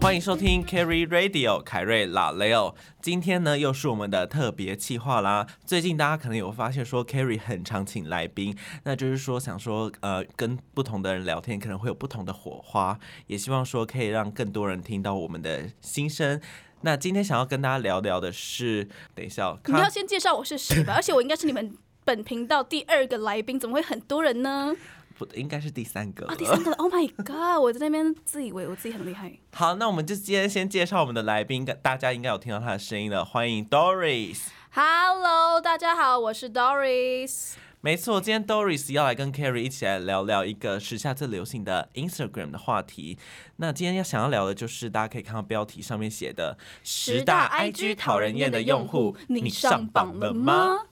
欢迎收听 Carry Radio 凯瑞拉雷欧。今天呢，又是我们的特别企划啦。最近大家可能有发现说，Carry 很常请来宾，那就是说想说，呃，跟不同的人聊天可能会有不同的火花，也希望说可以让更多人听到我们的心声。那今天想要跟大家聊聊的是，等一下哦，你们要先介绍我是 谁吧，而且我应该是你们本频道第二个来宾，怎么会很多人呢？不应该是第三个啊，了。第三个了，Oh my god！我在那边自以为我自己很厉害。 好，那我们就今天先介绍我们的来宾，大家应该有听到他的声音了，欢迎 Doris。 Hello，大家好，我是 Doris。没错，今天 Doris 要来跟 Carrie 一起来聊聊一个时下最流行的 Instagram 的话题。那今天要想要聊的就是大家可以看到标题上面写的“十大 IG 讨人厌的用户，你上榜了吗？”？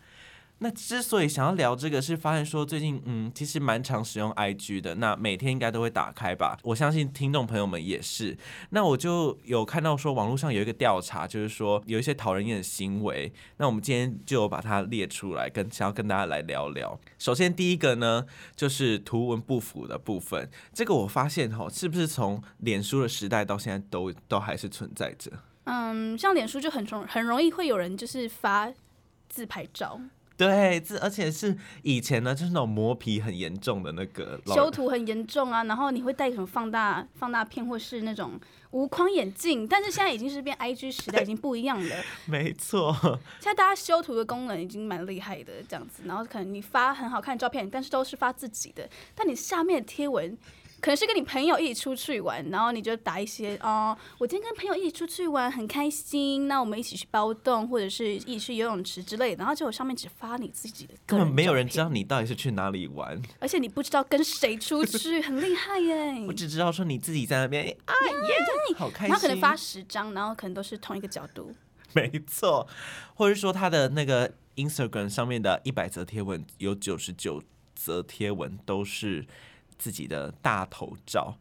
那之所以想要聊这个，是发现说最近嗯，其实蛮常使用 IG 的，那每天应该都会打开吧。我相信听众朋友们也是。那我就有看到说网络上有一个调查，就是说有一些讨人厌的行为。那我们今天就有把它列出来，跟想要跟大家来聊聊。首先第一个呢，就是图文不符的部分。这个我发现哈，是不是从脸书的时代到现在都都还是存在着？嗯，像脸书就很容很容易会有人就是发自拍照，对，这而且是以前呢，就是那种磨皮很严重的那个老修图很严重啊，然后你会戴什么放大放大片或是那种无框眼镜，但是现在已经是变 IG 时代，已经不一样了。没错，现在大家修图的功能已经蛮厉害的，这样子，然后可能你发很好看的照片，但是都是发自己的，但你下面的贴文可能是跟你朋友一起出去玩，然后你就打一些哦，我今天跟朋友一起出去玩很开心，那我们一起去包栋或者是一起去游泳池之类的，然后结果上面只发你自己的，根本没有人知道，道你到底是去哪里玩，而且你不知道跟谁出去，很厉害 耶。我只知道说你自己在那边啊耶，好开然心。后可能发十张，然后可能都是同一个角度，没错，或者说他的那个 Instagram 上面的一百则贴文，有九十九则贴文都是自己的大头照，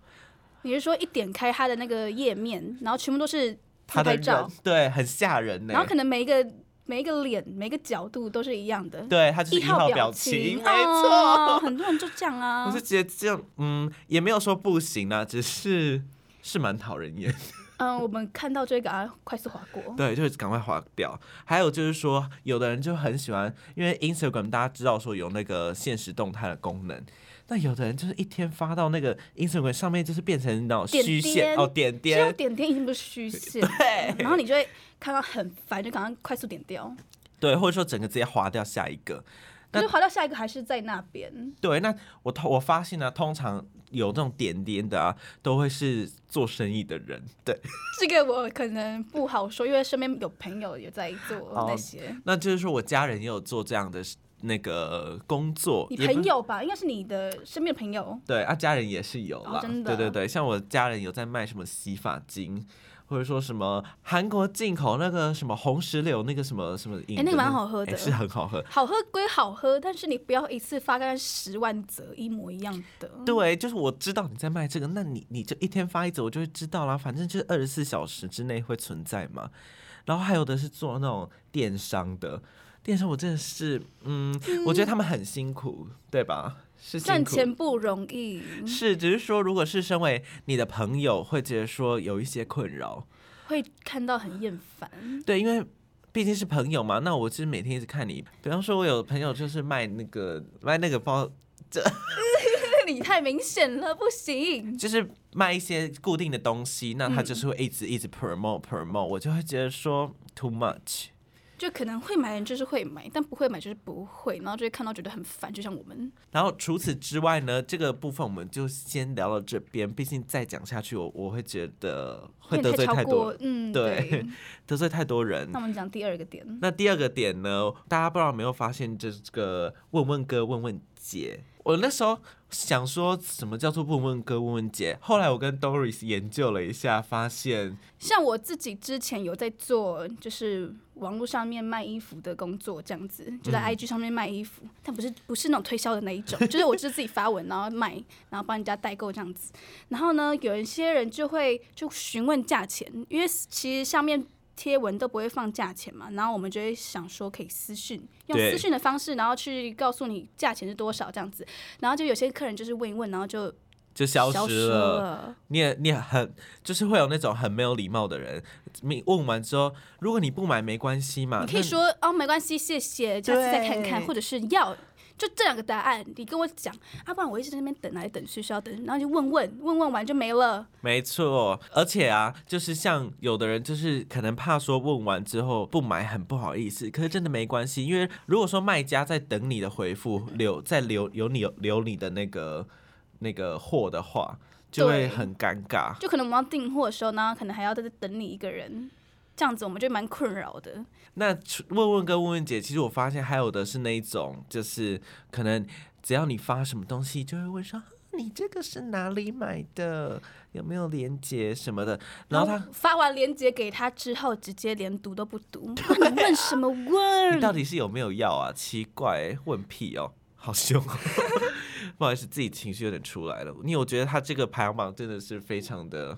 你是说一点开它的那个页面，然后全部都是自他的拍照人，对很吓人呢、然后可能每一个每一个脸、每一个角度都是一样的，对，他就是一一号表情，没错。哦很多人就这样啊我是。觉得这样，嗯，也没有说不行啦，只是是蛮讨人厌。嗯，我们看到这个啊，快速划过。对，就是赶快划掉。还有就是说，有的人就很喜欢，因为 Instagram 大家知道说有那个现实动态的功能，那有的人就是一天发到那个 Instagram 上面，就是变成那种点虚线点哦，点其实点。点点已经不是虚线了，然后你就会看到很烦，就赶快快速点掉，对，或者说整个直接划掉下一个。那可是滑到下一个还是在那边。对，那我通我发现呢、通常有这种点点的啊，都会是做生意的人。对，这个我可能不好说，因为身边有朋友也在做哦那些。那就是说我家人也有做这样的那个工作，你也不朋友吧，应该是你的身边的朋友。对啊，家人也是有啦，哦真的对对对，像我家人有在卖什么洗发精，或者说什么韩国进口那个什么红石榴那个什么什么饮的，哎那个蛮好喝的哎是很好喝。好喝归好喝，但是你不要一次发干十万则一模一样的。对，就是我知道你在卖这个，那你你就一天发一则，我就会知道啦。反正就是二十四小时之内会存在嘛。然后还有的是做那种电商的，电商我真的是，嗯，我觉得他们很辛苦，对吧？是辛赚苦钱不容易，是，只是说，如果是身为你的朋友，会觉得说有一些困扰，会看到很厌 烦。对，因为毕竟是朋友嘛。那我其实每天一直看你，比方说，我有朋友就是卖那个卖那个包，你太明显了，不行。就是卖一些固定的东西，那他嗯就是会一直一直 promote promote，我就会觉得说 too much。就可能会买的人就是会买，但不会买就是不会，然后就会看到觉得很烦，就像我们。然后除此之外呢，这个部分我们就先聊到这边，毕竟再讲下去我，我会觉得会因得为罪太太超多过，嗯，对 对。得罪太多人那。我们讲第二个点，那第二个点呢，大家不知道有没有发现，这个问问哥问问姐，我那时候想说什么叫做问问哥问问姐，后来我跟 Doris 研究了一下，发现像我自己之前有在做，就是网络上面卖衣服的工作，这样子，嗯就在 IG 上面卖衣服，但不是不是那种推销的那一种，就是我就是自己发文然后卖，然后帮人家代购这样子。然后呢，有一些人就会就询问价钱，因为其实上面。贴文都不会放价钱嘛，然后我们就会想说可以私讯，用对私讯的方式，然后去告诉你价钱是多少这样子，然后就有些客人就是问一问，然后就就消消失失了。了。你也你也很就是会有那种很没有礼貌的人，你问完之后，如果你不买没关系嘛，你可以啊那说哦，没关系，谢谢，下次再看看，对或者是要。就这两个答案，你跟我讲，要、啊、不然我一直在那边等来等去，是要等，然后就问问问问完就没了。没错，而且啊，就是像有的人就是可能怕说问完之后不买很不好意思，可是真的没关系，因为如果说卖家在等你的回复，留在留有你留你的那个那个货的话，就会对很尴尬。就可能我们要订货的时候呢，可能还要在这等你一个人，这样子我们就蛮困扰的。那除问问跟问问姐，其实我发现还有的是那一种，就是可能只要你发什么东西，就会问说。啊你这个是哪里买的？有没有连接什么的？然后他发完链接给他之后，直接连读都不 读，你问什么问你？嗯到底是有没有要啊？奇怪、问屁哦，好凶、哦！ 不好意思，自己情绪有点出来了。因为我觉得他这个排行榜真的是非常的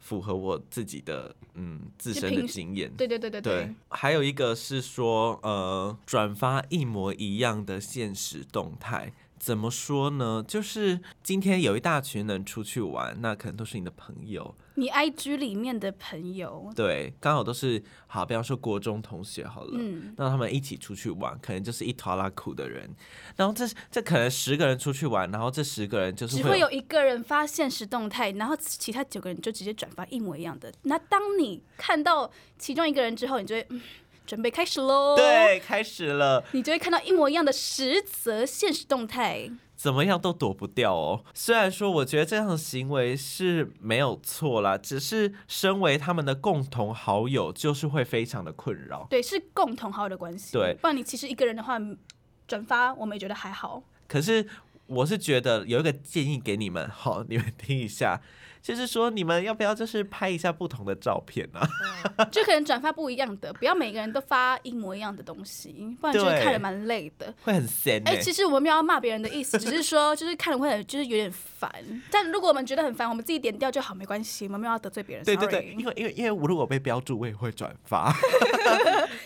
符合我自己的嗯自身的平时经验。对对对对对，还有一个是说，呃，转发一模一样的现实动态。怎么说呢？就是今天有一大群人出去玩，那可能都是你的朋友，你 IG 里面的朋友，对，刚好都是好，比方说国中同学好了，嗯，让他们一起出去玩，可能就是一拖拉苦的人。然后这这可能十个人出去玩，然后这十个人就是只会会有一个人发现实动态，然后其他九个人就直接转发一模一样的。那当你看到其中一个人之后，你就会、嗯、准备开始喽。，对开始了，你就会看到一模一样的十则现实动态。怎么样都躲不掉哦。虽然说我觉得这样的行为是没有错啦，只是身为他们的共同好友，就是会非常的困扰。对，是共同好友的关系。对不然你其实一个人的话，嗯转发我们也觉得还好。可是我是觉得有一个建议给你们，好，你们听一下，就是说你们要不要就是拍一下不同的照片啊？就可能转发不一样的，不要每个人都发一模一样的东西，不然就会对看了蛮累的。会很闲呢、哎、其实我们没有要骂别人的意思，只是说就是看了会很就是有点烦。但如果我们觉得很烦，我们自己点掉就好，没关系，我们没有要得罪别人。对对对， sorry 因为因为因为我如果被标注，我也会转发。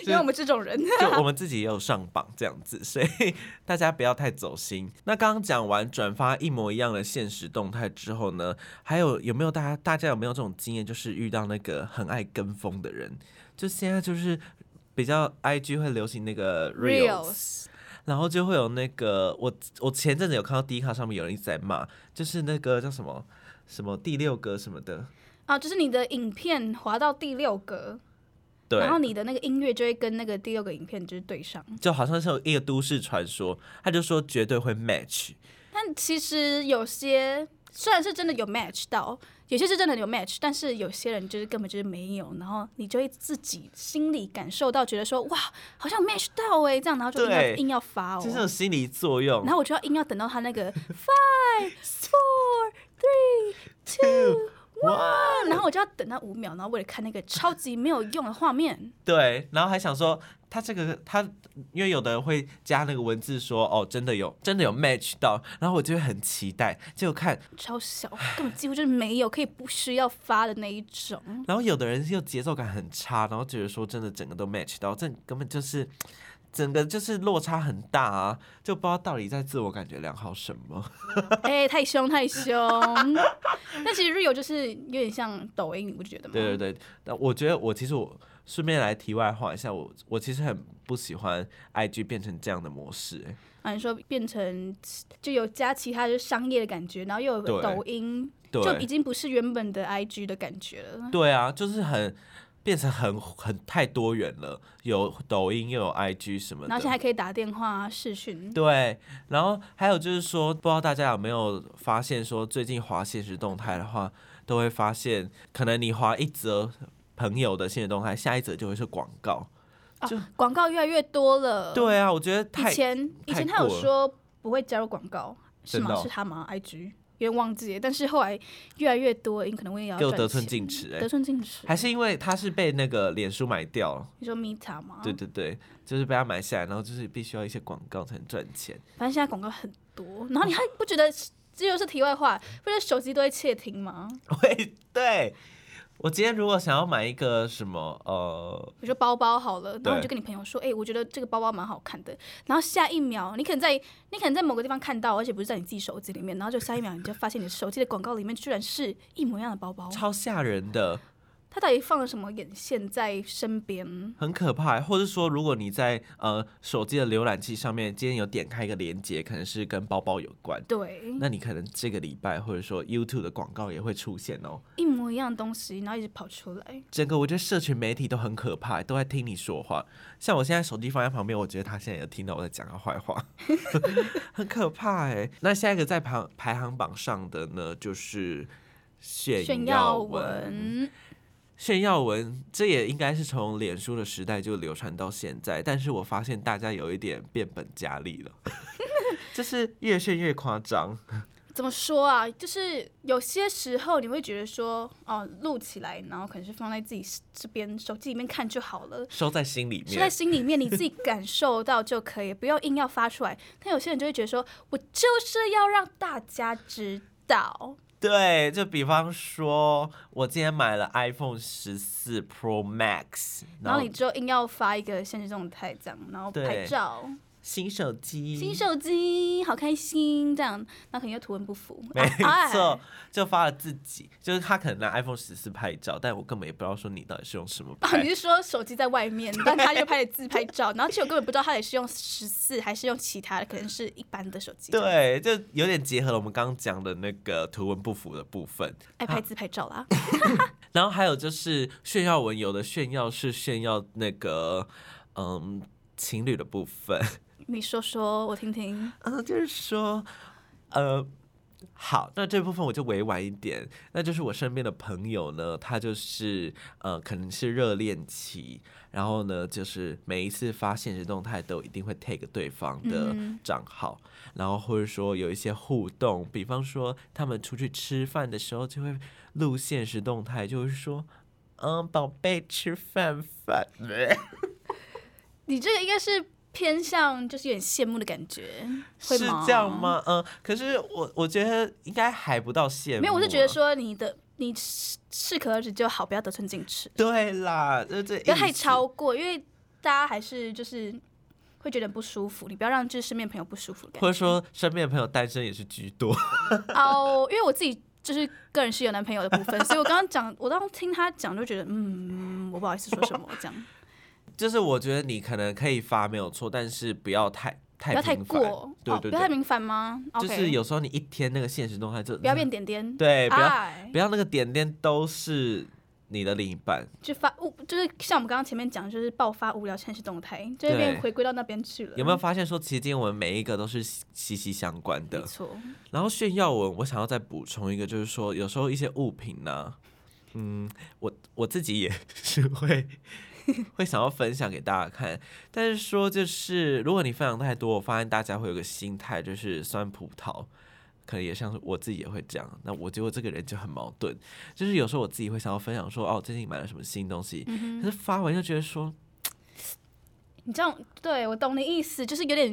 因为我们这种人， 就我们自己也有上榜这样子，所以大家不要太走心。那刚刚讲完转发一模一样的现实动态之后呢，还有有没有大家大家有没有这种经验，就是遇到那个很爱跟风的人？就现在就是比较 IG 会流行那个 reels。然后就会有那个，我我前阵子有看到 D 卡上面有人一直在骂，就是那个叫什么什么第六个什么的，啊，就是你的影片滑到第六格，对，然后你的那个音乐就会跟那个第六个影片就是对上。就好像是有一个都市传说，他就说绝对会 match，但其实有些虽然是真的有 match 到，有些是真的有 match，但是有些人就是根本就是没有，然后你就会自己心里感受到，觉得说哇，好像 match 到哎、这样，然后就硬对要硬要发就是那种哦。心理作用然。后我就要硬要等到他那个 five four three two，哇，然后我就要等到五秒，然后为了看那个超级没有用的画面，对，然后还想说他这个他，因为有的人会加那个文字说哦，真的有真的有 match 到，然后我就会很期待，结果看，超小，根本几乎就是没有可以不需要发的那一 种。然后有的人又节奏感很差，然后觉得说真的整个都 match 到，这根本就是。整个就是落差很大啊，就不知道到底在自我感觉良好什么。 哎、太凶太凶！但其实 real 就是有点像抖音，你不觉得吗？对对对，那我觉得我其实我顺便来题外话一下，我我其实很不喜欢 IG 变成这样的模式、欸啊，你说变成就有加其他就是商业的感觉，然后又有对抖音，就已对经不是原本的 IG 的感觉了。对啊，就是很变成很很太多元了，有抖音又有 IG 什么然后现在还的。可以打电话、啊、视讯，对，然后还有就是说，不知道大家有没有发现，说最近滑现实动态的话，都会发现，可能你滑一则朋友的现实动态，下一则就会是广告。就哦，广告越来越多了。，对啊，我觉得太以前以前太他有过了说不会加入广告，是真的吗？哦是他吗？IG 有点忘记了，但是后来越来越多，你可能我也要给我赚得寸钱进尺哎、得寸进尺。还是因为他是被那个脸书买掉了。你说 Meta 吗？对对对，就是被他买下来，然后就是必须要一些广告才能赚钱。反正现在广告很多，然后你还不觉得这又是题外话？不觉得手机都会窃听吗？会对，我今天如果想要买一个什么呃，我说包包好了，然后我对就跟你朋友说，哎、我觉得这个包包蛮好看的。然后下一秒，你可能在你可能在某个地方看到，而且不是在你自己手机里面，然后就下一秒你就发现你的手机的广告里面居然是一模一样的包包。超吓人的，他到底放了什么眼线在身边？很可怕欸。或者说，如果你在呃手机的浏览器上面今天有点开一个链接，可能是跟包包有关，对，那你可能这个礼拜或者说 YouTube 的广告也会出现哦。一模一样的东西，然后一直跑出来。整个我觉得社群媒体都很可怕，都在听你说话。像我现在手机放在旁边，我觉得他现在也听到我在讲他坏话， 很可怕哎、那下一个在排排行榜上的呢，就是炫炫耀耀文。文，炫耀文，这也应该是从脸书的时代就流传到现在，但是我发现大家有一点变本加厉了， 就是越炫越夸张。怎么说啊？就是有些时候你会觉得说，哦，录起来，然后可能是放在自己这边手机里面看就好了。收在心里是在面，心里面，你自己感受到就可以，不要硬要发出来。但有些人就会觉得说，我就是要让大家知道，对，就比方说，我今天买了 iPhone 十四 Pro Max，然然后后你就硬要发一个现实动态这样，然后对拍照，新手机，新手啊机好开心这样，那肯定就图文不符。没啊错哎，就发了自己，就是他可能拿 iPhone 十四拍照，但我根本也不知道说你到底是用什么哦，拍你。是说手机在外面，但他就拍了自拍照，然后其实我根本不知道他也是用十四还是用其他的，可能是一般的手机。，对，就有点结合了我们刚刚讲的那个图文不符的部分。爱拍自拍照啦。啊然后还有就是炫耀文，有的炫耀是炫耀那个嗯情侣的部分，你说说，我听听。嗯，就是说呃。好，那这部分我就委婉一点，那就是我身边的朋友呢，他就是呃，可能是热恋期，然后呢，就是每一次发现实动态都一定会 take 对方的嗯账号，然后或者说有一些互动，比方说他们出去吃饭的时候就会录现实动态，就是说，嗯，宝贝吃饭饭，你这个应该是偏向就是有点羡慕的感觉，会是这样？吗？嗯，可是我我觉得应该还不到羡慕啊，没有，我是觉得说你的你适适可而止就好，不要得寸进尺，对啦，这这不要意太思超过，因为大家还是就是会觉得不舒服，你不要让就是身边朋友不舒服的感或觉。者说身边的朋友单身也是居 多，哦，因为我自己。就是个人是有男朋友的部分，所以我刚刚讲，我刚刚听他讲就觉得，嗯，我不好意思说什么，这样就是我觉得你可能可以发没有错，但是不要太不太要太频繁过，对哦，对不要太对，频繁吗就？OK，是有时候你一天那个现实动态就不要变点点， 对，不要哎不要那个点点都是你的另一半，就发无，就是像我们刚刚前面讲，就是爆发无聊现实动态，就会变对回归到那边去了。有没有发现说，其实今天我们每一个都是息息息相关没的。错，然后炫耀文，我想要再补充一个，就是说有时候一些物品呢、嗯，我我自己也是会 会想要分享给大家看，但是说就是如果你分享太多，我发现大家会有个心态，就是酸葡萄。可能也像是我自己也会这样，那我觉得我这个人就很矛盾，就是有时候我自己会想要分享说，哦，最近买了什么新东西，可是发完就觉得说，你这样对我懂你意思，就是有点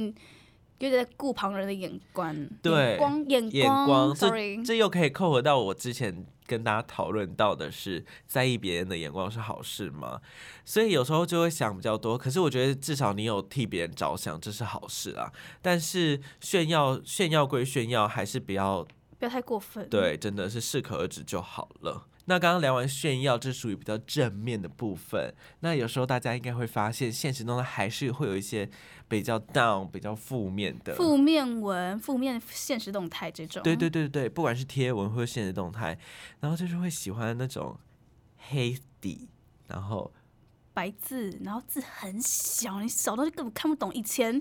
有点在顾旁人的眼光，对眼光眼眼光这 s o r r y 这又可以扣合到我之前跟大家讨论到的是，在意别人的眼光是好事吗？所以有时候就会想比较多。可是我觉得至少你有替别人着想，这是好事啊。但是炫耀炫耀归炫耀，还是比较不要太过分。，对，真的是适可而止就好了。那刚刚聊完炫耀，这属于比较正面的部分。那有时候大家应该会发现，现实中还是会有一些比较 down、比较负面的负面文、负面现实动态这种，对对对对，不管是贴文或者现实动态，然后就是会喜欢那种黑底，然后白字，然后字很小，你小到就根本看不懂。以前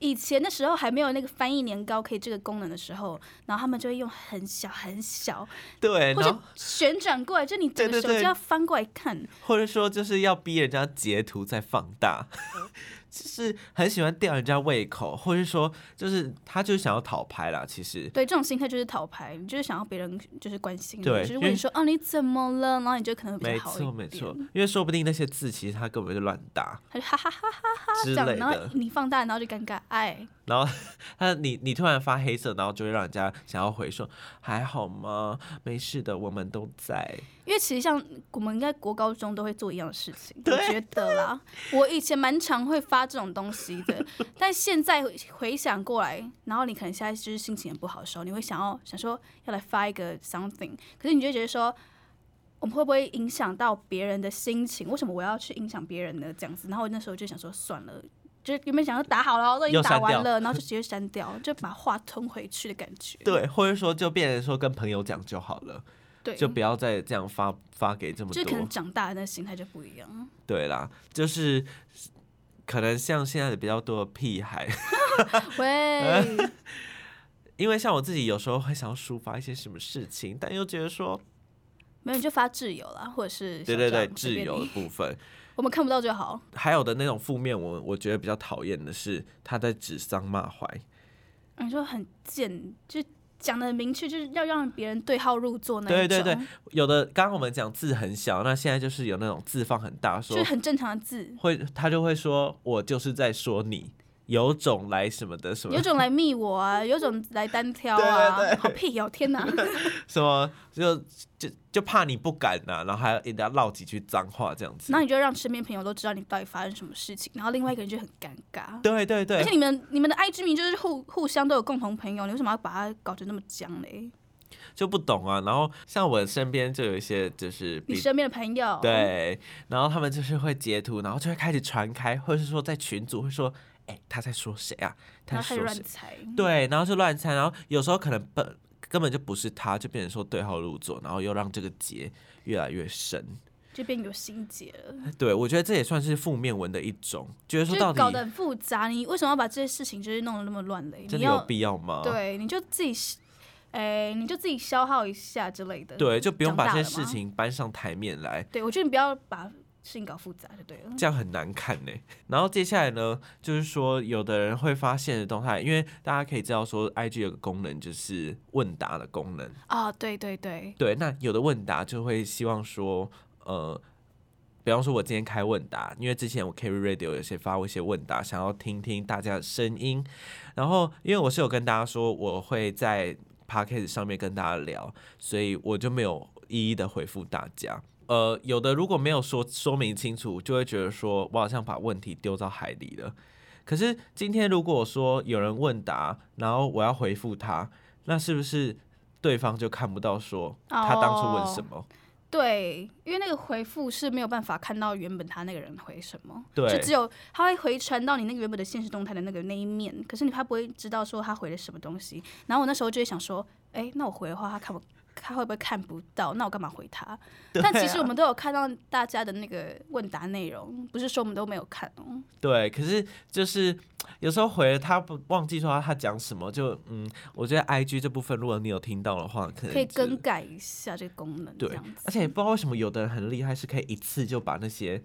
以前的时候还没有那个翻译年糕可以这个功能的时候，然后他们就会用很小很小，对，或然者后旋转过来，就你整个对对手对机要翻过来看。或者说就是要逼人家截图再放大，嗯 就是很喜欢吊人家胃口，或者说就是他就是想要讨拍啦，其实。对，这种心态就是讨牌，你就是想要别人就是关心你，对就是因问为你说哦你怎么了，然后你就可能会比没较好一错点，没错，因为说不定那些字其实他根本就乱打他就哈哈哈哈之这样，类然后的，你放大，然后就尴尬，哎，然后他你你突然发黑色，然后就会让人家想要回说还好吗？没事的，我们都在。因为其实像我们应该国高中都会做一样的事情，我对觉 得啦，我以前蛮常会发这种东西的，但现在回想过来，然后你可能现在就是心情很不好的时候，你会想要想说要来发一个 something，可是你就会觉得说。我们会不会影响到别人的心情？为什么我要去影响别人呢？这样子，然后我那时候就想说，算了，就是原本想要打好了，都已经又打删掉完了，然后就直接删掉，就把话吞回去的感觉。对，或者说就变成说跟朋友讲就好了，对，就不要再这样发发给这么就多。是可能长大的那心态就不一样。 对啦，就是可能像现在的比较多的屁孩，喂，因为像我自己有时候会想要抒发一些什么事情，但又觉得说，没有你就发挚友啦，或者是对小对对，账随挚便友的你 部分，我们看不到就好。还有的那种负面文，我觉得比较讨厌的是他在指桑骂槐。你说很贱，就讲的很明确，就是要让别人对号入座那对一种，对对，有的刚刚我们讲字很小，那现在就是有那种字放很大，就说是很正常的字。会他就会说我就是在说你，有种来什么的什么有种来密我 啊，有种来单挑啊，对对对好屁哦！天哪，什么，就就就怕你不敢呐、然后还要人家唠几句脏话这样子然后。你就让身边朋友都知道你到底发生什么事情，然后另外一个人就很尴尬。对对而对且，你们你们的 IG 名就是互互相都有共同朋友，你为什么要把它搞成那么僵嘞？就不懂啊。然后像我身边就有一些就是比你身边的朋友，，对，然后他们就是会截图，然后就会开始传开，或者是说在群组会说，哎、他在说谁啊？他然在后开始说乱谁？猜。对，然后就乱猜，然后有时候可能本根本就不是他，就变成说对号入座，然后又让这个结越来越深。就变有心结了，对我觉得这也算是负面文的一种，觉得就说是到搞得底很复杂。你为什么要把这些事情就是弄得那么乱嘞？真你的有要必要啊吗？对，你就自己，哎、你就自己消耗一下之类的。对，就不用长把大这些了事嘛情搬上台面来。对，我觉得你不要把事情搞复杂就对了。这样很难看呢。然后接下来呢，就是说有的人会发现的动态，因为大家可以知道说，IG 有个功能就是问答的功能。啊、对对对，对，那有的问答就会希望说，呃，比方说我今天开问答，因为之前我 Carry Radio 有些发过一些问答，想要听听大家的声音。然后因为我是有跟大家说我会在 p a c k a g e 上面跟大家聊，所以我就没有一一的回复大家。呃，有的如果没有说说明清楚，就会觉得说我好像把问题丢到海里了。可是今天如果说有人问答，然后我要回复他，那是不是对方就看不到说他当初问什么？对，因为那个回复是没有办法看到原本他那个人回什么，对就只有他会回传到你那个原本的现实动态的那个那一面，可是你他不会知道说他回了什么东西。然后我那时候就会想说，哎、那我回的话，他看不，他会不会看不到？那我干嘛回他？ 对但其实啊我们都有看到大家的那个问答内容，不是说我们都没有看哦。对，可是就是有时候回了他不忘记说他讲什么，就嗯，我觉得 I G 这部分，如果你有听到的话，可能可以就更改一下这个功能，这对样，而子。且也不知道为什么有的人很厉害，是可以一次就把那些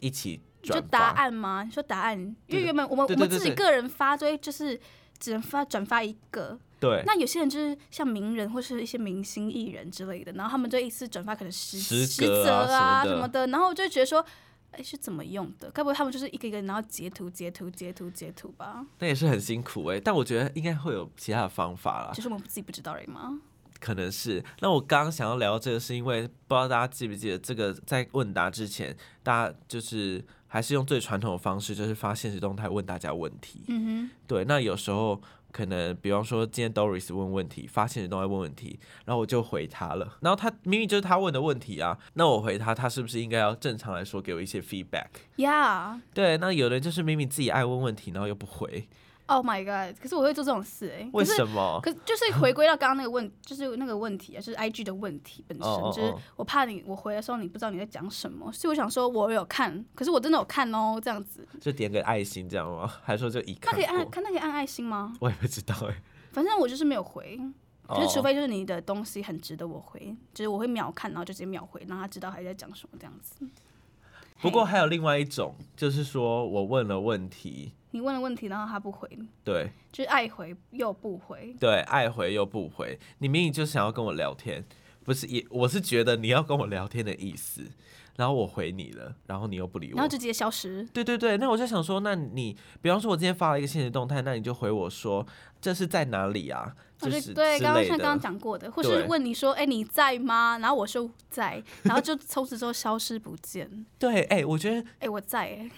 一起就转答发。案吗？你说答案，因对为对原本我们对我对们对自己对个人发，所以就是只能发转发一个。对，那有些人就是像名人或是一些明星艺人之类的，然后他们就一次转发可能十十十个则啊啊什么的什么的，然后我就觉得说。哎，是怎么用的？该不会他们就是一个一个，然后截图、截图、截图、截图吧？那也是很辛苦哎、但我觉得应该会有其他的方法啦就，是我们自己不知道而已吗？可能是。那我刚刚想要聊这个，是因为不知道大家记不记得，这个在问答之前，大家就是还是用最传统的方式，就是发现实动态问大家问题。嗯对，那有时候可能，比方说今天 Doris 问问题，发现人都在问问题，然后我就回他了，然后他明明就是他问的问题啊，那我回他，他是不是应该要正常来说给我一些 feedback？哼，Yeah，Oh 对，那有人就是明明自己爱问问题，然后又不回， my God！可是我会做这种事哎、为可是什么？可就是回归到刚刚那个问，就是那个问题啊，就是 I G 的问题本身哦哦哦就是我怕你我回的时候你不知道你在讲什么，所以我想说我有看，可是我真的有看哦，这样子。就点个爱心这样吗？还说就已那看可以按过？看，那可以按爱心吗？我也不知道哎、 反正我就是没有回，哦就是除非就是你的东西很值得我回，就是我会秒看，然后就直接秒回，让他知道还在讲什么这样子。不过嘿还有另外一种，就是说我问了问题，你问了问题，然后他不回，对就是爱回又不回，对，爱回又不回，你明明就想要跟我聊天，不是也我是觉得你要跟我聊天的意思，然后我回你了，然后你又不理我，然后就直接消失。对对对，那我就想说，那你比方说，我今天发了一个现实动态，那你就回我说这是在哪里啊？我就就是对，之刚刚类像的刚刚讲过的，或是对问你说，哎、你在吗？然后我说在，然后就从此之后消失不见。对，哎、我觉得哎、我在、哎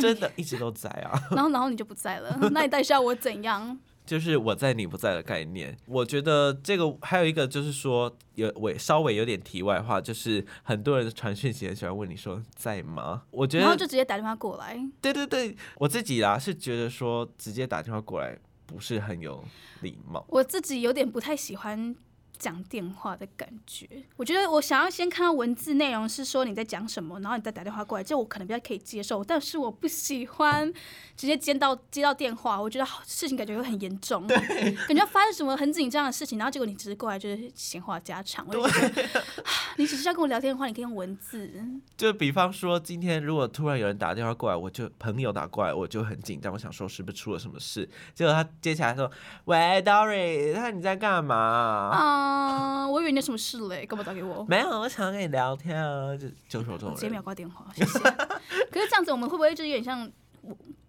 真的一直都在啊， 然后然后你就不在了， 那你带一下我怎样？就是我在你不在的概念。我觉得这个还有一个就是说，有我稍微有点题外话，就是很多人传讯息很喜欢问你说在吗？我觉然后得就直接打电话过来，对对对，我自己啊啦是觉得说直接打电话过来不是很有礼貌。我自己有点不太喜欢讲电话的感觉。我觉得我想要先看到文字内容是说你在讲什么，然后你再打电话过来，这我可能比较可以接受。但是我不喜欢直接接到接到电话，我觉得好事情感觉会很严重，感觉要发生什么很紧张的事情，然后结果你只是过来就是闲话家常，我就觉得你只是要跟我聊天的话，你可以用文字。就比方说，今天如果突然有人打电话过来，我就朋友打过来，我就很紧张，我想说是不是出了什么事？结果他接起来说：“喂，Dory，那你在干嘛？”啊、我以为你有什么事嘞，干嘛打给我？没有，我想要跟你聊天啊，就就是有这我种哦直接秒人。挂电话， 谢谢。可是这样子，我们会不会就有点像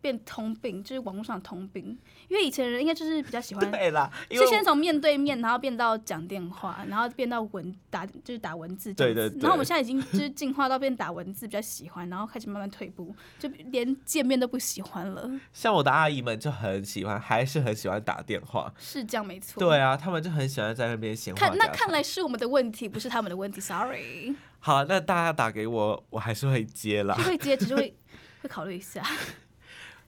变通病，就是网络上的通病？因为以前的人应该就是比较喜欢，对啦，因就为先从面对面，然后变到讲电话，然后变到文打，就是打文字这样子。对对对然后我们现在已经就是进化到变打文字比较喜欢，然后开始慢慢退步，就连见面都不喜欢了，像我的阿姨们就很喜欢，还是很喜欢打电话。是这样没错。对。啊，他们就很喜欢在那边闲话家看，常。那看来是我们的问题，不是他们的问题。Sorry， 好，那大家打给我，我还是会接啦不。会接，只是会会考虑一下，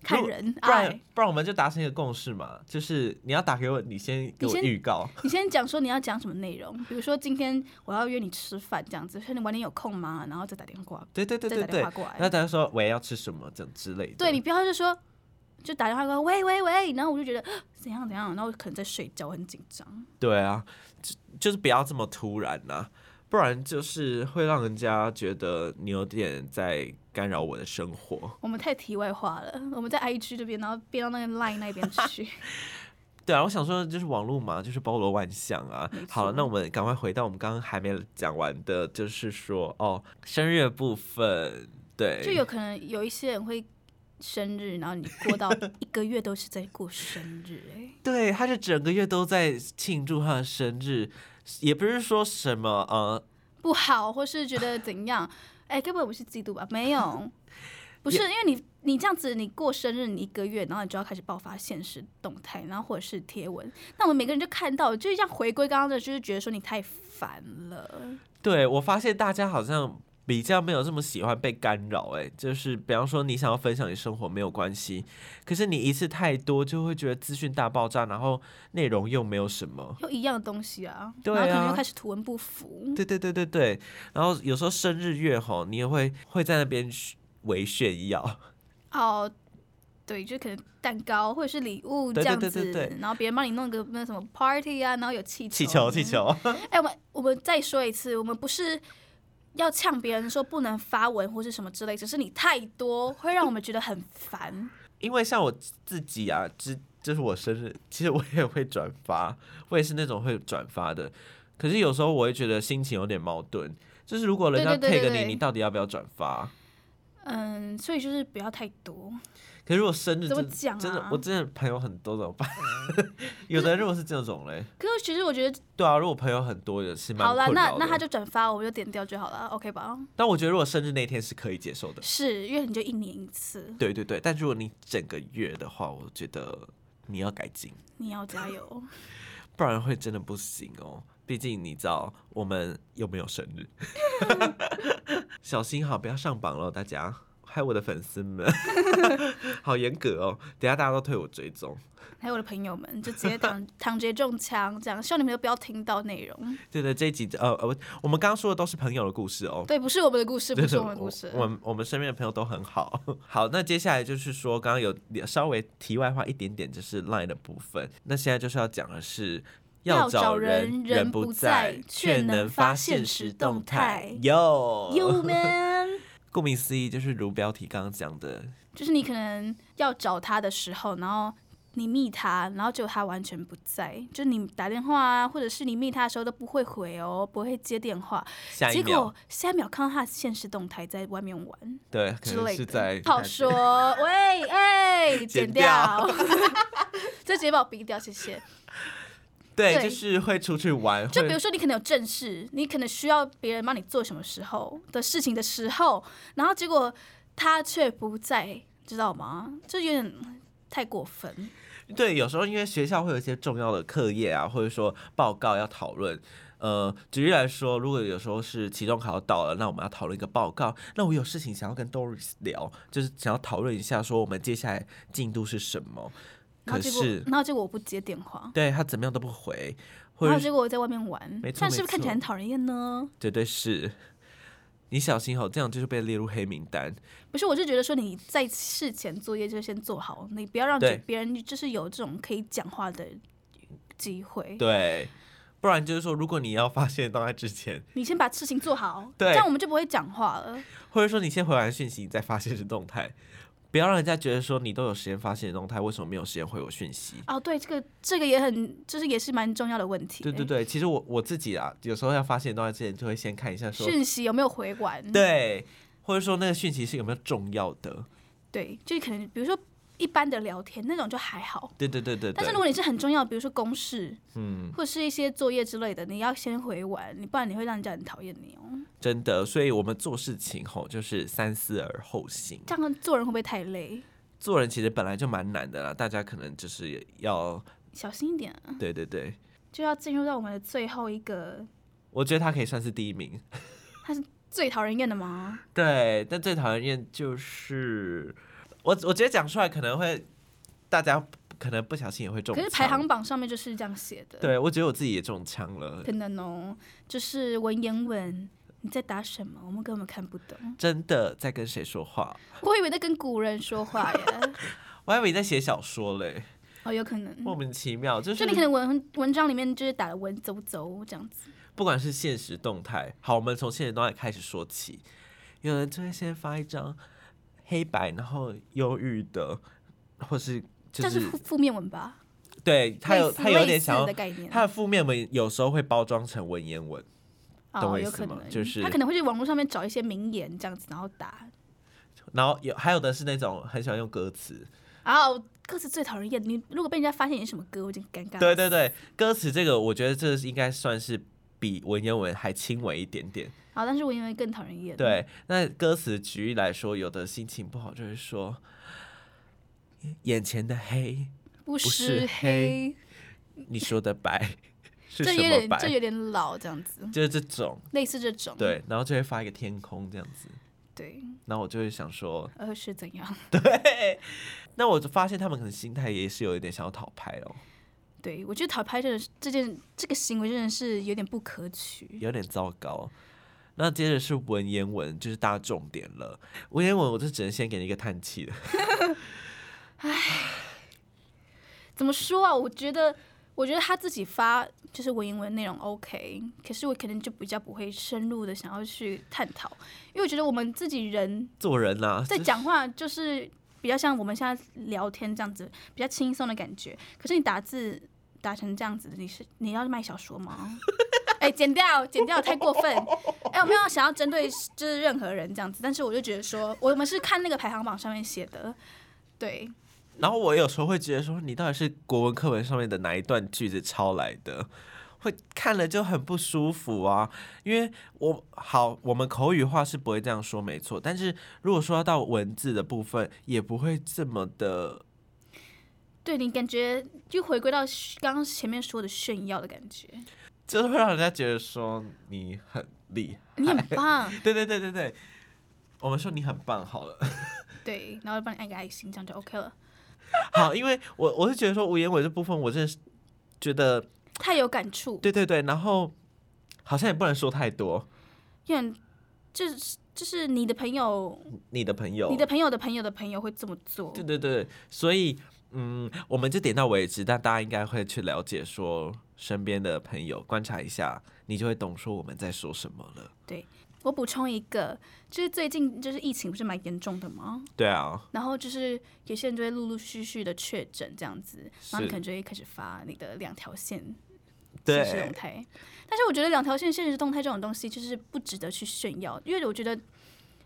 看如人。不然哎，不然我们就达成一个共识嘛，就是你要打给我，你先给我先预告。 你先讲说你要讲什么内容，比如说今天我要约你吃饭这样子，说你晚点有空吗？然后再打电话，对对对再对打对电话。过来。那大家说我要吃什么这样之类的。对你不要就说就打电话过来，喂喂喂，然后我就觉得啊怎样怎样，然后我可能在睡觉，我很紧张。对啊，就就是不要这么突然呐、不然就是会让人家觉得你有点在干扰我的生活。我们太题外话了，我们在 IG 这边，然后变到那个 Line 那边去。 对啊，我想说就是网络嘛，就是包罗万象啊没。好了，错那我们赶快回到我们刚刚还没讲完的，就是说哦，生日的部分，对，就有可能有一些人会生日，然后你过到一个月都是在过生日、哎，对，他就整个月都在庆祝他的生日，也不是说什么呃，不好，或是觉得怎样？哎，根本不是嫉妒吧？没有，不是因为你你这样子，你过生日你一个月，然后你就要开始爆发现实动态，然后或者是贴文，那我们每个人就看到，就是这样回归刚刚的，就是觉得说你太烦了。对我发现大家好像比较没有这么喜欢被干扰，哎，就是比方说你想要分享你生活没有关系，可是你一次太多就会觉得资讯大爆炸，然后内容又没有什么。又一样的东西啊，对然后可啊能又开始图文不符，对对对对对，然后有时候生日月吼，你也会会在那边炫为炫耀，哦，对，就可能蛋糕或者是礼物对这对样对子，对对然后别人帮你弄个那什么 party 啊，然后有气球，气球气。球，哎、我们我们再说一次，我们不是要呛别人说不能发文或是什么之类，只是你太多会让我们觉得很烦。因为像我自己啊，之就是我生日，其实我也会转发，我也是那种会转发的。可是有时候我会觉得心情有点矛盾，就是如果人家对对 take 对对你，对你到底要不要转发？嗯，所以就是不要太多。可是如果生日怎么真的讲啊真的，我真的朋友很多怎么办？ 有的人如果是这种嘞，可是其实我觉得，对啊，如果朋友很多也是蛮好啦，困那扰那他的。就转发，我们就点掉就好了，OK 吧？但我觉得如果生日那天是可以接受的，是，因为你就一年一次，对对对。但如果你整个月的话，我觉得你要改进。你要加油。不然会真的不行哦。毕竟你知道我们又没有生日， 小心好，不要上榜了，大家害我的粉丝们， 好严格哦。等一下大家都退我追踪，还有我的朋友们，就直接 躺躺直接中枪，这样，希望你们都不要听到内容。对对，这一集呃呃，我们刚刚说的都是朋友的故事哦。对，不是我们的故事，对对不是我们的故事。我们我们身边的朋友都很好。 好，那接下来就是说，刚刚有稍微题外话一点点，就是 Line 的部分。那现在就是要讲的是。要找找人人人不不在却却能能发发现现实实动动态态。哟 You man，顾名思义，就是如标题刚刚讲的，就是你可能要找他的时候，然后你密他，然后结果他完全不在，就你打电话啊，或者是你密他的时候都不会回哦，不会接电话，下一结秒果下一秒看到他的现实动态在外面玩对，可之能类是的，在好说，喂，哎、 剪剪掉掉，就直接把我逼掉，谢谢。对，就对是会出去玩，就比会如说你可能有正事，你可能需要别人帮你做什么时候的事情的时候，然后结果他却不在，知道吗？这有点太过分。对，有时候因为学校会有一些重要的课业啊，或者说报告要讨论。呃，举例来说，如果有时候是期中考到了，那我们要讨论一个报告，那我有事情想要跟 Doris 聊，就是想要讨论一下，说我们接下来进度是什么。然可后结果是，，然后结果我不接电话，对他怎么样都不回，或然者后是结果我在外面玩没，错这样是不没是看起错来很讨人厌呢？绝对是，你小心哦，这样就是被列入黑名单。不是，我是觉得说你在事前作业就先做好，你不要让对别人就是有这种可以讲话的机会。对，不然就是说，如果你要发现到他之前，你先把事情做好，对这样我们就不会讲话了。或者说你先回完讯息，你再发现是动态， 不要让人家觉得说你都有时间发现动态，为什么没有时间回我讯息？哦，对，这个这个也很，就是也是蛮重要的问题。对对对，其实我我自己啊，有时候要发现动态之前，就会先看一下说，讯息有没有回完？对，或者说那个讯息是有没有重要的？对，就可能比如说一般的聊天那种就还好，对对对对但对是如，果你是很重要，比如说公事嗯，或是一些作业之类的，你要先回完，你不然你会让人家很讨厌你哦。真的，所以我们做事情吼就是三思而后行。这样做人会不会太累？做人其实本来就蛮难的啦，大家可能就是要小心一点啊，对对对，就要进入到我们的最后一个我觉得他可以算是第一名。最讨人厌的吗？对，但最讨厌就是我，我直接讲出来可能会大家可能不小心也会中可枪。是排行榜上面就是这样写的，对我觉得我自己也中枪了，可能哦，就是文言文。你在打什么？我们根本看不 懂。真的在跟谁说话？我以为在跟古人说话耶，我还以为你在写小说嘞，哦，有可能。莫名其妙，就是就你可能文文章里面就是打了文绉绉这样子，不管是现实动态，好，我们从现实动态开始说起。有人就会先发一张黑白，然后忧郁的，或是就这是是负负面文吧？对他有类似他有点类似想要的概念，他的负面文，有时候会包装成文言文。懂我哦，意有思可吗能，就是他可能会去网络上面找一些名言这样子，然后打，然后有还有的是那种很喜欢用歌词，然后歌词最讨人厌，你如果被人家发现你是什么歌，我就尴尬。对，对对，歌词这个我觉得这是应该算是比文言文还轻微一点点。好，但是文言文更讨人厌。，对，那歌词举例来说，有的心情不好就会说，眼前的黑，不是识黑，你说的 白是这什有么点这白？有点老这样子，就是这种，类似这种。对，然后就会发一个天空这样子，对，然后我就会想说，呃是怎样？那我就发现他们可能心态也是有一点想要讨拍哦，对我觉得讨拍这这件这个行为真的是有点不可取。有点糟糕。那接着是文言文，就是大家重点了。文言文，我就只能先给你一个叹气了。怎么说啊？我觉得，我觉得他自己发就是文言文内容 OK，可是我可能就比较不会深入的想要去探讨，因为我觉得我们自己人做人呐、啊，在就讲话就是比较像我们现在聊天这样子，比较轻松的感觉。可是你打字打成这样子，你是你要卖小说吗？哎、剪掉，剪掉，太过分！哎、我没有想要针对就是任何人这样子，但是我就觉得说，我们是看那个排行榜上面写的，对，然后我有时候会觉得说，你到底是国文课文上面的哪一段句子抄来的？会看了就很不舒服啊，因为我好，我们口语化是不会这样说，没错。但是如果说到文字的部分，也不会这么的，对你感觉就回归到刚刚前面说的炫耀的感觉，就是会让人家觉得说你很厉害。你很棒，对对对对对，我们说你很棒好了。对，然后帮你按个爱心，这样就 OK 了。好，因为我我是觉得说无言文这部分，我真的是觉得太有感触，对对对，然后好像也不能说太多。因为就是就是你的朋友，你的朋友，你的朋友的朋友的朋友会这么做对，对对，所以嗯，我们就点到为止，但大家应该会去了解说身边的朋友，观察一下，你就会懂说我们在说什么了。我补充一个，就是最近就是疫情不是蛮严重的吗？对啊，然后就是有些人就会陆陆续续的确诊这样子，然后是你可能就会开始发你的两条线现实动对，态。但是我觉得两条线现实动态这种东西就是不值得去炫耀，因为我觉得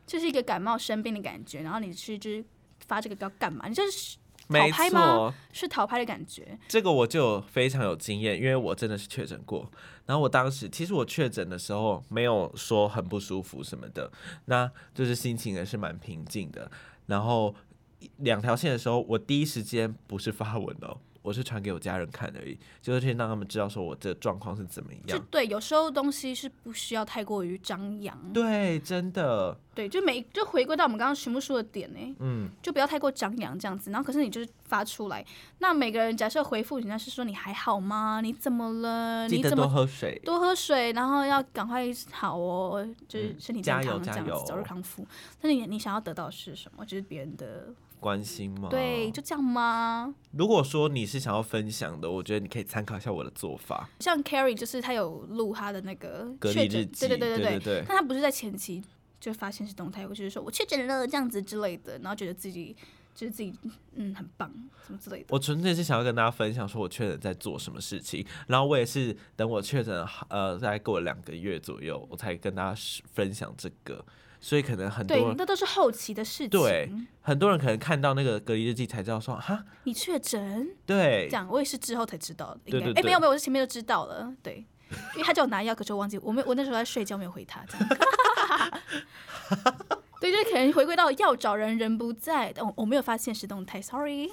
这是一个感冒生病的感觉，然后你去就是发这个要干嘛？你这是没讨拍吗错，是讨拍的感觉，这个我就有非常有经验，因为我真的是确诊过。然后我当时其实我确诊的时候没有说很不舒服什么的，那就是心情也是蛮平静的。然后两条线的时候，我第一时间不是发文哦，我是传给我家人看而已，就是先让他们知道说我这状况是怎么就样。对，有时候东西是不需要太过于张扬，对，真的，对，就每就回归到我们刚刚全部说的点呢、嗯，就不要太过张扬这样子。然后可是你就是发出来，那每个人假设回复人家是说你还好吗？你怎么了？记你得怎多么喝水。多喝水？然后要赶快好哦，就是嗯身体健加康油这样加子，油早日康复。但是你你想要得到的是什么？就是别人的关心吗？对，就这样吗？如果说你是想要分享的，我觉得你可以参考一下我的做法，像 Carrie 就是他有录他的那个隔离确诊日，记，对对对对对对但他不是在前期就发现是动态，我就是说我确诊了这样子之类的，然后觉得自己就是自己嗯很棒什么之类的。我纯粹是想要跟大家分享，说我确诊在做什么事情，然后我也是等我确诊，呃，大概过了两个月左右，我才跟大家是分享这个，所以可能很多对，人那都是后期的事情。对很多人可能看到那个隔离日记才知道说，哈，你确诊对这，样，我也是之后才知道的。应对该对哎，对没有没有，我是前面就知道了。对，因为他叫我拿药，可是我忘记，我没我那时候在睡觉，没有回他。这样 对，就是可能回归到要找人人不在，但我我没有发现实动态，sorry。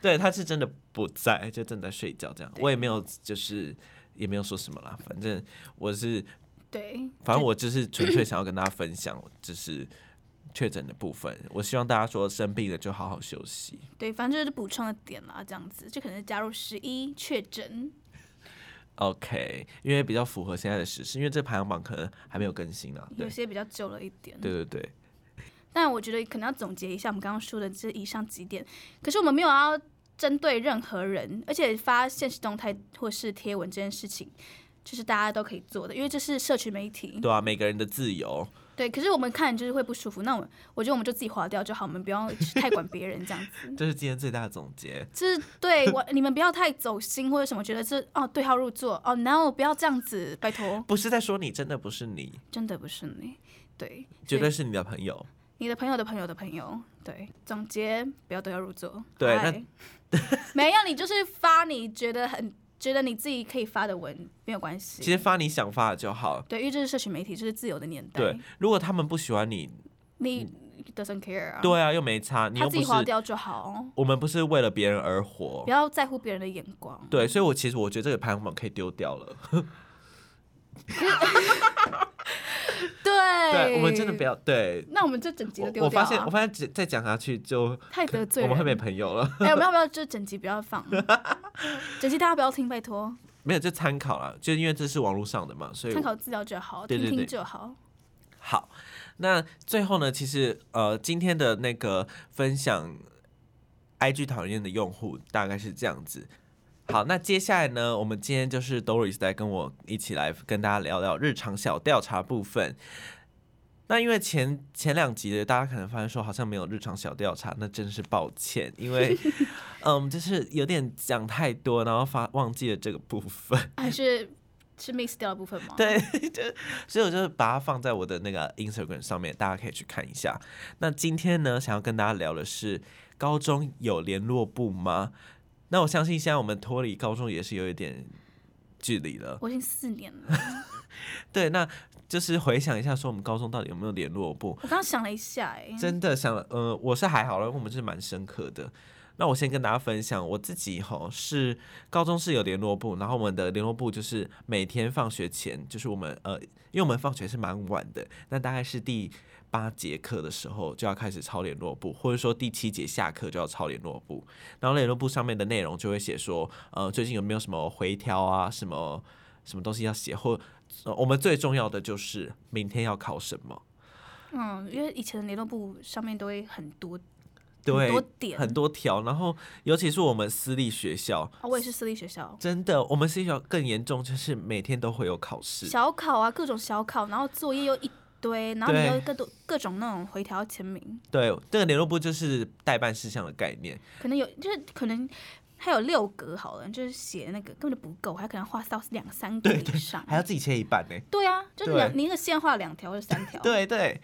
对，他是真的不在，就正在睡觉这样，对我也没有就是也没有说什么啦，反正我是，对，反正我就是纯粹想要跟大家分享，就是确诊的部分，我希望大家说生病了就好好休息。对，反正就是补充的点啦，这样子就可能加入十一确诊。 OK，因为比较符合现在的时事，因为这排行榜可能还没有更新啊。对有，些比较久了一点，对对对，但我觉得可能要总结一下我们刚刚说的这以上几点，可是我们没有要针对任何人，而且发现实动态或是贴文这件事情，就是大家都可以做的，因为这是社群媒体。对啊，每个人的自由，对，可是我们看就是会不舒服，那我我觉得我们就自己划掉就好，我们不要去太管别人这 样子。这是今天最大的总结。就是对我，你们不要太走心或者什么，觉得这哦对号入座哦，no 不要这样子，拜托，不是在说你，真的不是你，真的不是你，对，绝所对以是你的朋友。你的朋友的朋友的朋友，对，总结不要对号入座。对嗨 没有你就是发你觉得很觉得你自己可以发的文没有关其系。实发你想发的就好。对，因为这是社群媒体，这是自由的年代，对，如果他们不喜欢你，你 doesn't care 啊，对啊，又没差，你他又自不己划是，掉就好，我们不是为了别人而活不。要在乎别人的眼光。对，所以我其实我觉得这个排行榜可以丢掉了。对，对，我们真的不。要对。那我们这整集我都我丢掉发现，啊我发现再讲下去就太得罪我人。们会没朋友了。 哎，我们要不要就整集不要放？整集大家不要听，拜托，没有，就参考啦，就因为这是网络上的嘛，所以参考资料就好，对听对对听就好。好，那最后呢，其实呃，今天的那个分享，IG 讨厌的用户大概是这样子。好，那接下来呢，我们今天就是 Doris 来跟我一起来跟大家聊聊日常小调查部分。那因为前前两集的大家可能发现说好像没有日常小调查，那真是抱歉，因为嗯，就是有点讲太多，然后发忘记了这个部分。还是是 miss 掉的部分吗？对，就所以我就把它放在我的那个 Instagram 上面，大家可以去看一下。那今天呢，想要跟大家聊的是高中有联络部吗？那我相信现在我们脱离高中也是有一点距离了。我已经四年了。对，那就是回想一下，说我们高中到底有没有联络部？我刚刚想了一下、哎， 真的想了，呃，我是还好了，因为我们是蛮深刻的。那我先跟大家分享我自己吼是高中是有联络部，然后我们的联络部就是每天放学前，就是我们呃，因为我们放学是蛮晚的，那大概是第八节课的时候就要开始抄联络部，或者说第七节下课就要抄联络部，然后联络部上面的内容就会写说，呃，最近有没有什么回调啊，什么什么东西要写，或、呃我们最重要的就是明天要考什么。嗯，因为以前的联络部上面都会很多对，很多点很多条，然后尤其是我们私立学校，啊，我也是私立学校，真的，我们私立学校更严重，就是每天都会有考试。小考啊，各种小考，然后作业又一堆，然后你对又各种各种那种回条签名，对，这个联络簿就是代办事项的概念。可能有就是可能还有六格好了，就是写那个根本就不够，还可能画到两三格以上。还要自己切一半呢、对啊，就对两你那个线画两条或者三 条。对对，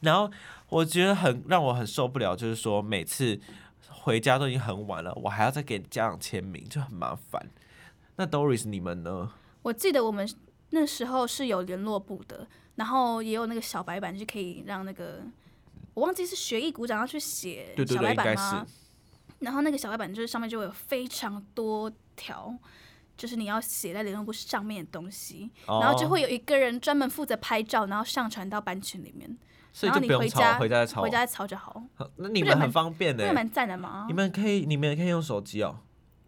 然后我觉得很让我很受不了，就是说每次回家都已经很晚了，我还要再给家长签名，就很麻烦。那 Doris 你们呢？我记得我们那时候是有联络簿的，然后也有那个小白板，就可以让那个我忘记是学艺鼓掌要去写对对小对，白应该板是吗？然后那个小白板就是上面就会有非常多条，就是你要写在联络簿上面的东西，哦然后就会有一个人专门负责拍照，然后上传到班群里面，所以然后就你不用回吵，家回家再吵回。家抄就好，那你不们然很蛮方便呢、那蛮赞的嘛你。们可以，你们也可以用手机哦。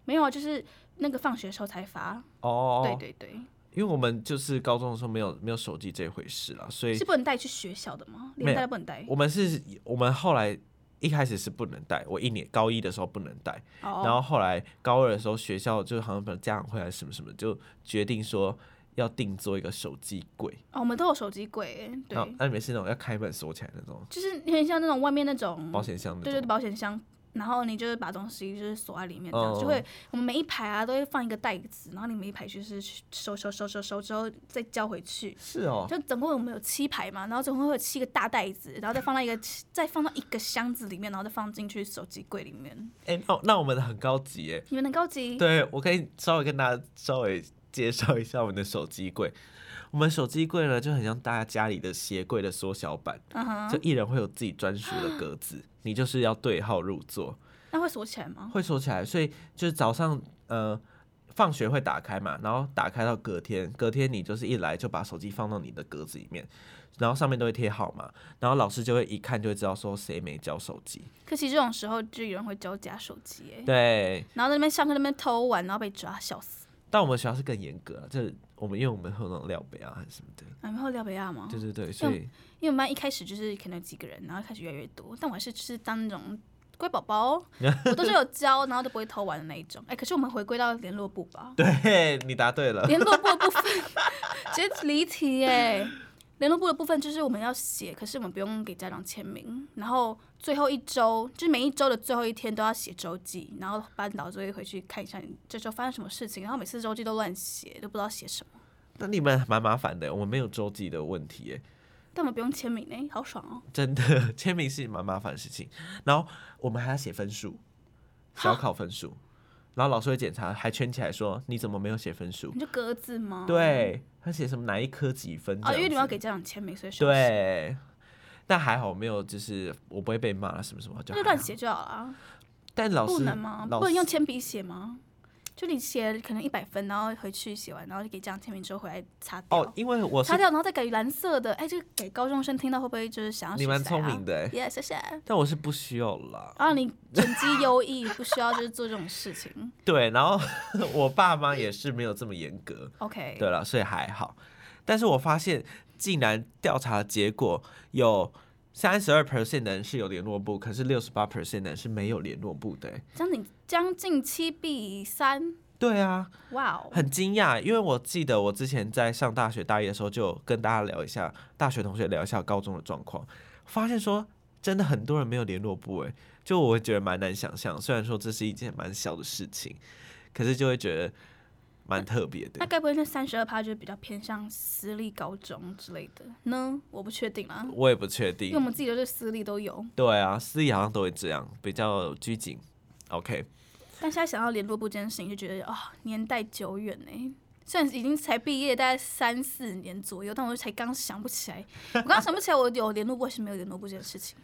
没有啊，就是那个放学的时候才发，哦，对对对，因为我们就是高中的时候没有没有手机这回事啦，所以是不能带去学校的吗？没连有带都不能带。我们是我们后来一开始是不能带，我一年高一的时候不能带，然哦，后后来高二的时候学校就好像家长会还是什么什么，就决定说要定做一个手机柜，哦，我们都有手机柜，欸对然，后那里面是那种要开门锁起来那种就是有点像那种外面那种保险箱那嗯对对，种，保险箱，然后你就是把东西就是锁在里面，这样、哦就会我们每一排啊都会放一个袋子，然后你每一排就是去收收收收收之后再交回去。是哦，就总共我们有七排嘛，然后总共会有七个大袋子，然后再放到一个再放到一个箱子里面，然后再放进去手机柜里面。哎、那那我们很高级耶，你们很高级，对我可以稍微跟大家稍微介绍一下我们的手机柜，我们手机柜呢就很像大家家里的鞋柜的缩小版，嗯就哼，一人会有自己专属的格子，你就是要对号入座，那会锁起来吗？会收起来，所以就是早上呃放学会打开嘛，然后打开到隔天，隔天你就是一来就把手机放到你的格子里面，然后上面都会贴号码，然后老师就会一看就会知道说谁没交手机，可其实这种时候就有人会交假手机、欸，对，然后在那边上课那边偷玩，然后被抓，笑死。但我们学校是更严格啊，就是我们因为我们会有那种料杯啊还是什么的，啊，你们会聊北亚吗？对对对，所以。因为我们班一开始就是可能有几个人，然后开始越来越多，但我还是就是当那种乖宝 宝，我都是有教，然后都不会偷玩的那一种。哎、可是我们回归到联络部吧，对你答对了，联络部的部分 直接离题耶、联络部的部分就是我们要写，可是我们不用给家长签名，然后最后一周就是每一周的最后一天都要写周记，然后班导就会回去看一下你这周发生什么事情，然后每次周记都乱写，都不知道写什么，那你们蛮麻烦的，我们没有周记的问题耶，但我们不用签名呢、好爽哦、真的 签名是蛮麻烦的事情。然后我们还要写分数，小考分数，然后老师会检查，还圈起来说你怎么没有写分数？你就鸽子吗？。对，他写什么哪一科几分这样啊，子？因为你们要给家长签名，所以需要写对，但还好没有，就是我不会被骂什么什么，就那就还乱好。写就好了。啊但老师不能吗？老不能师用铅笔写吗？就你写可能一百分，然后回去写完，然后就给家长签名之后回来擦掉，哦，因为我是擦掉，然后再改蓝色的。哎，这个给高中生听到会不会就是想要、啊？你蛮聪明的。的耶，耶，谢谢。但我是不需要啦。然后你成绩优异，不需要就是做这种事情。 对，然后 我爸妈也是没有这么严格。 OK，对了，所以还好。但是我发现，竟然调查结果有三十二 percent 的人是有联络部，可是六十八 percent 的人是没有联络部的欸、将近将近七比三，对啊，哇哦！很惊讶，因为我记得我之前在上大学大一的时候，就有跟大家聊一下大学同学聊一下高中的状况，发现说真的很多人没有联络部、欸，就我会觉得蛮难想象。虽然说这是一件蛮小的事情，可是就会觉得蛮特别的那。该不会那三十二趴就是比较偏向私立高中之类的呢？我不确定啦，我也不确因定为我，们自己都是私立都有。对啊，私立好像都会这样，比较拘谨。OK，但现在想到联络部这件事情，就觉得哦，年代久远呢、虽然已经才毕业大概三四年左右，但我才刚想不起来，我刚想不起来我有联络部还是没有联络部这件事情。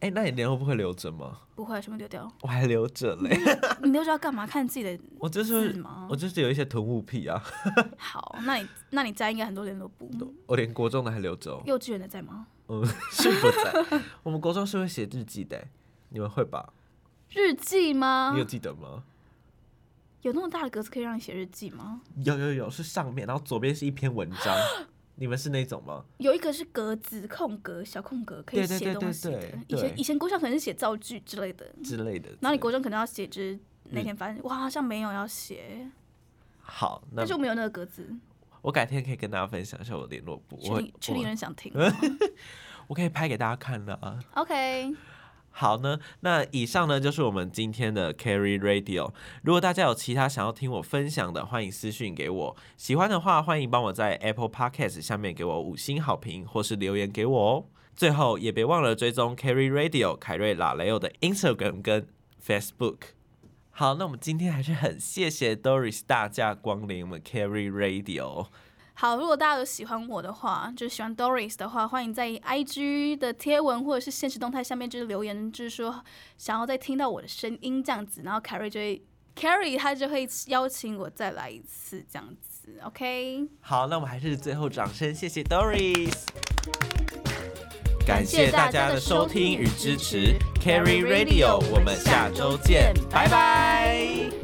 哎、那你联络部会留着吗？不会，全部丢掉。我还留着嘞，你留着要干嘛？看自己的我就字是嗯吗我？就是有一些囤物癖啊，好，那你那你家应该很多联络部，我连国中的还留着、哦，幼稚园的在吗？嗯，是不 在。我们国中是会写日记的欸、你们会吧？日记吗你有？记得吗？有那么大的格子可以让你写日记吗？有有有，是上面，然后左边是一篇文章， 你们是那种吗？有一个是格子空格小空格可以对对写对东西对的对。以前对以前国小可能是写造句之类的，之类的之类的。然后你国中可能要写就是那嗯天发生，我好像没有要写。好，那但是我们有那个格子，我改天可以跟大家分享一下我的联络簿，确我定确定有我人想听我可以拍给大家看的啊。 ？OK，好呢，那以上呢就是我们今天的 Carry Radio。如果大家有其他想要听我分享的，欢迎私讯给我。喜欢的话，欢迎帮我在 Apple Podcast 下面给我五星好评，或是留言给我哦。最后也别忘了追踪 Carry Radio 凯瑞拉雷欧的 Instagram 跟 Facebook。好，那我们今天还是很谢谢 Doris 大驾光临我们 Carry Radio。好，如果大家有喜欢我的话，就是喜欢 Doris 的话，欢迎在 IG 的贴文或者是现实动态下面就是留言，就是说想要再听到我的声音这样子，然后 Carrie 就会 Carrie 他就会邀请我再来一次这样子，OK？好，那我们还是最后掌声谢谢 Doris。感感谢谢大大家家的的收收听听与与支支持持 Carry ，Carry Radio， Radio，我我们们下下周周见见，拜拜拜拜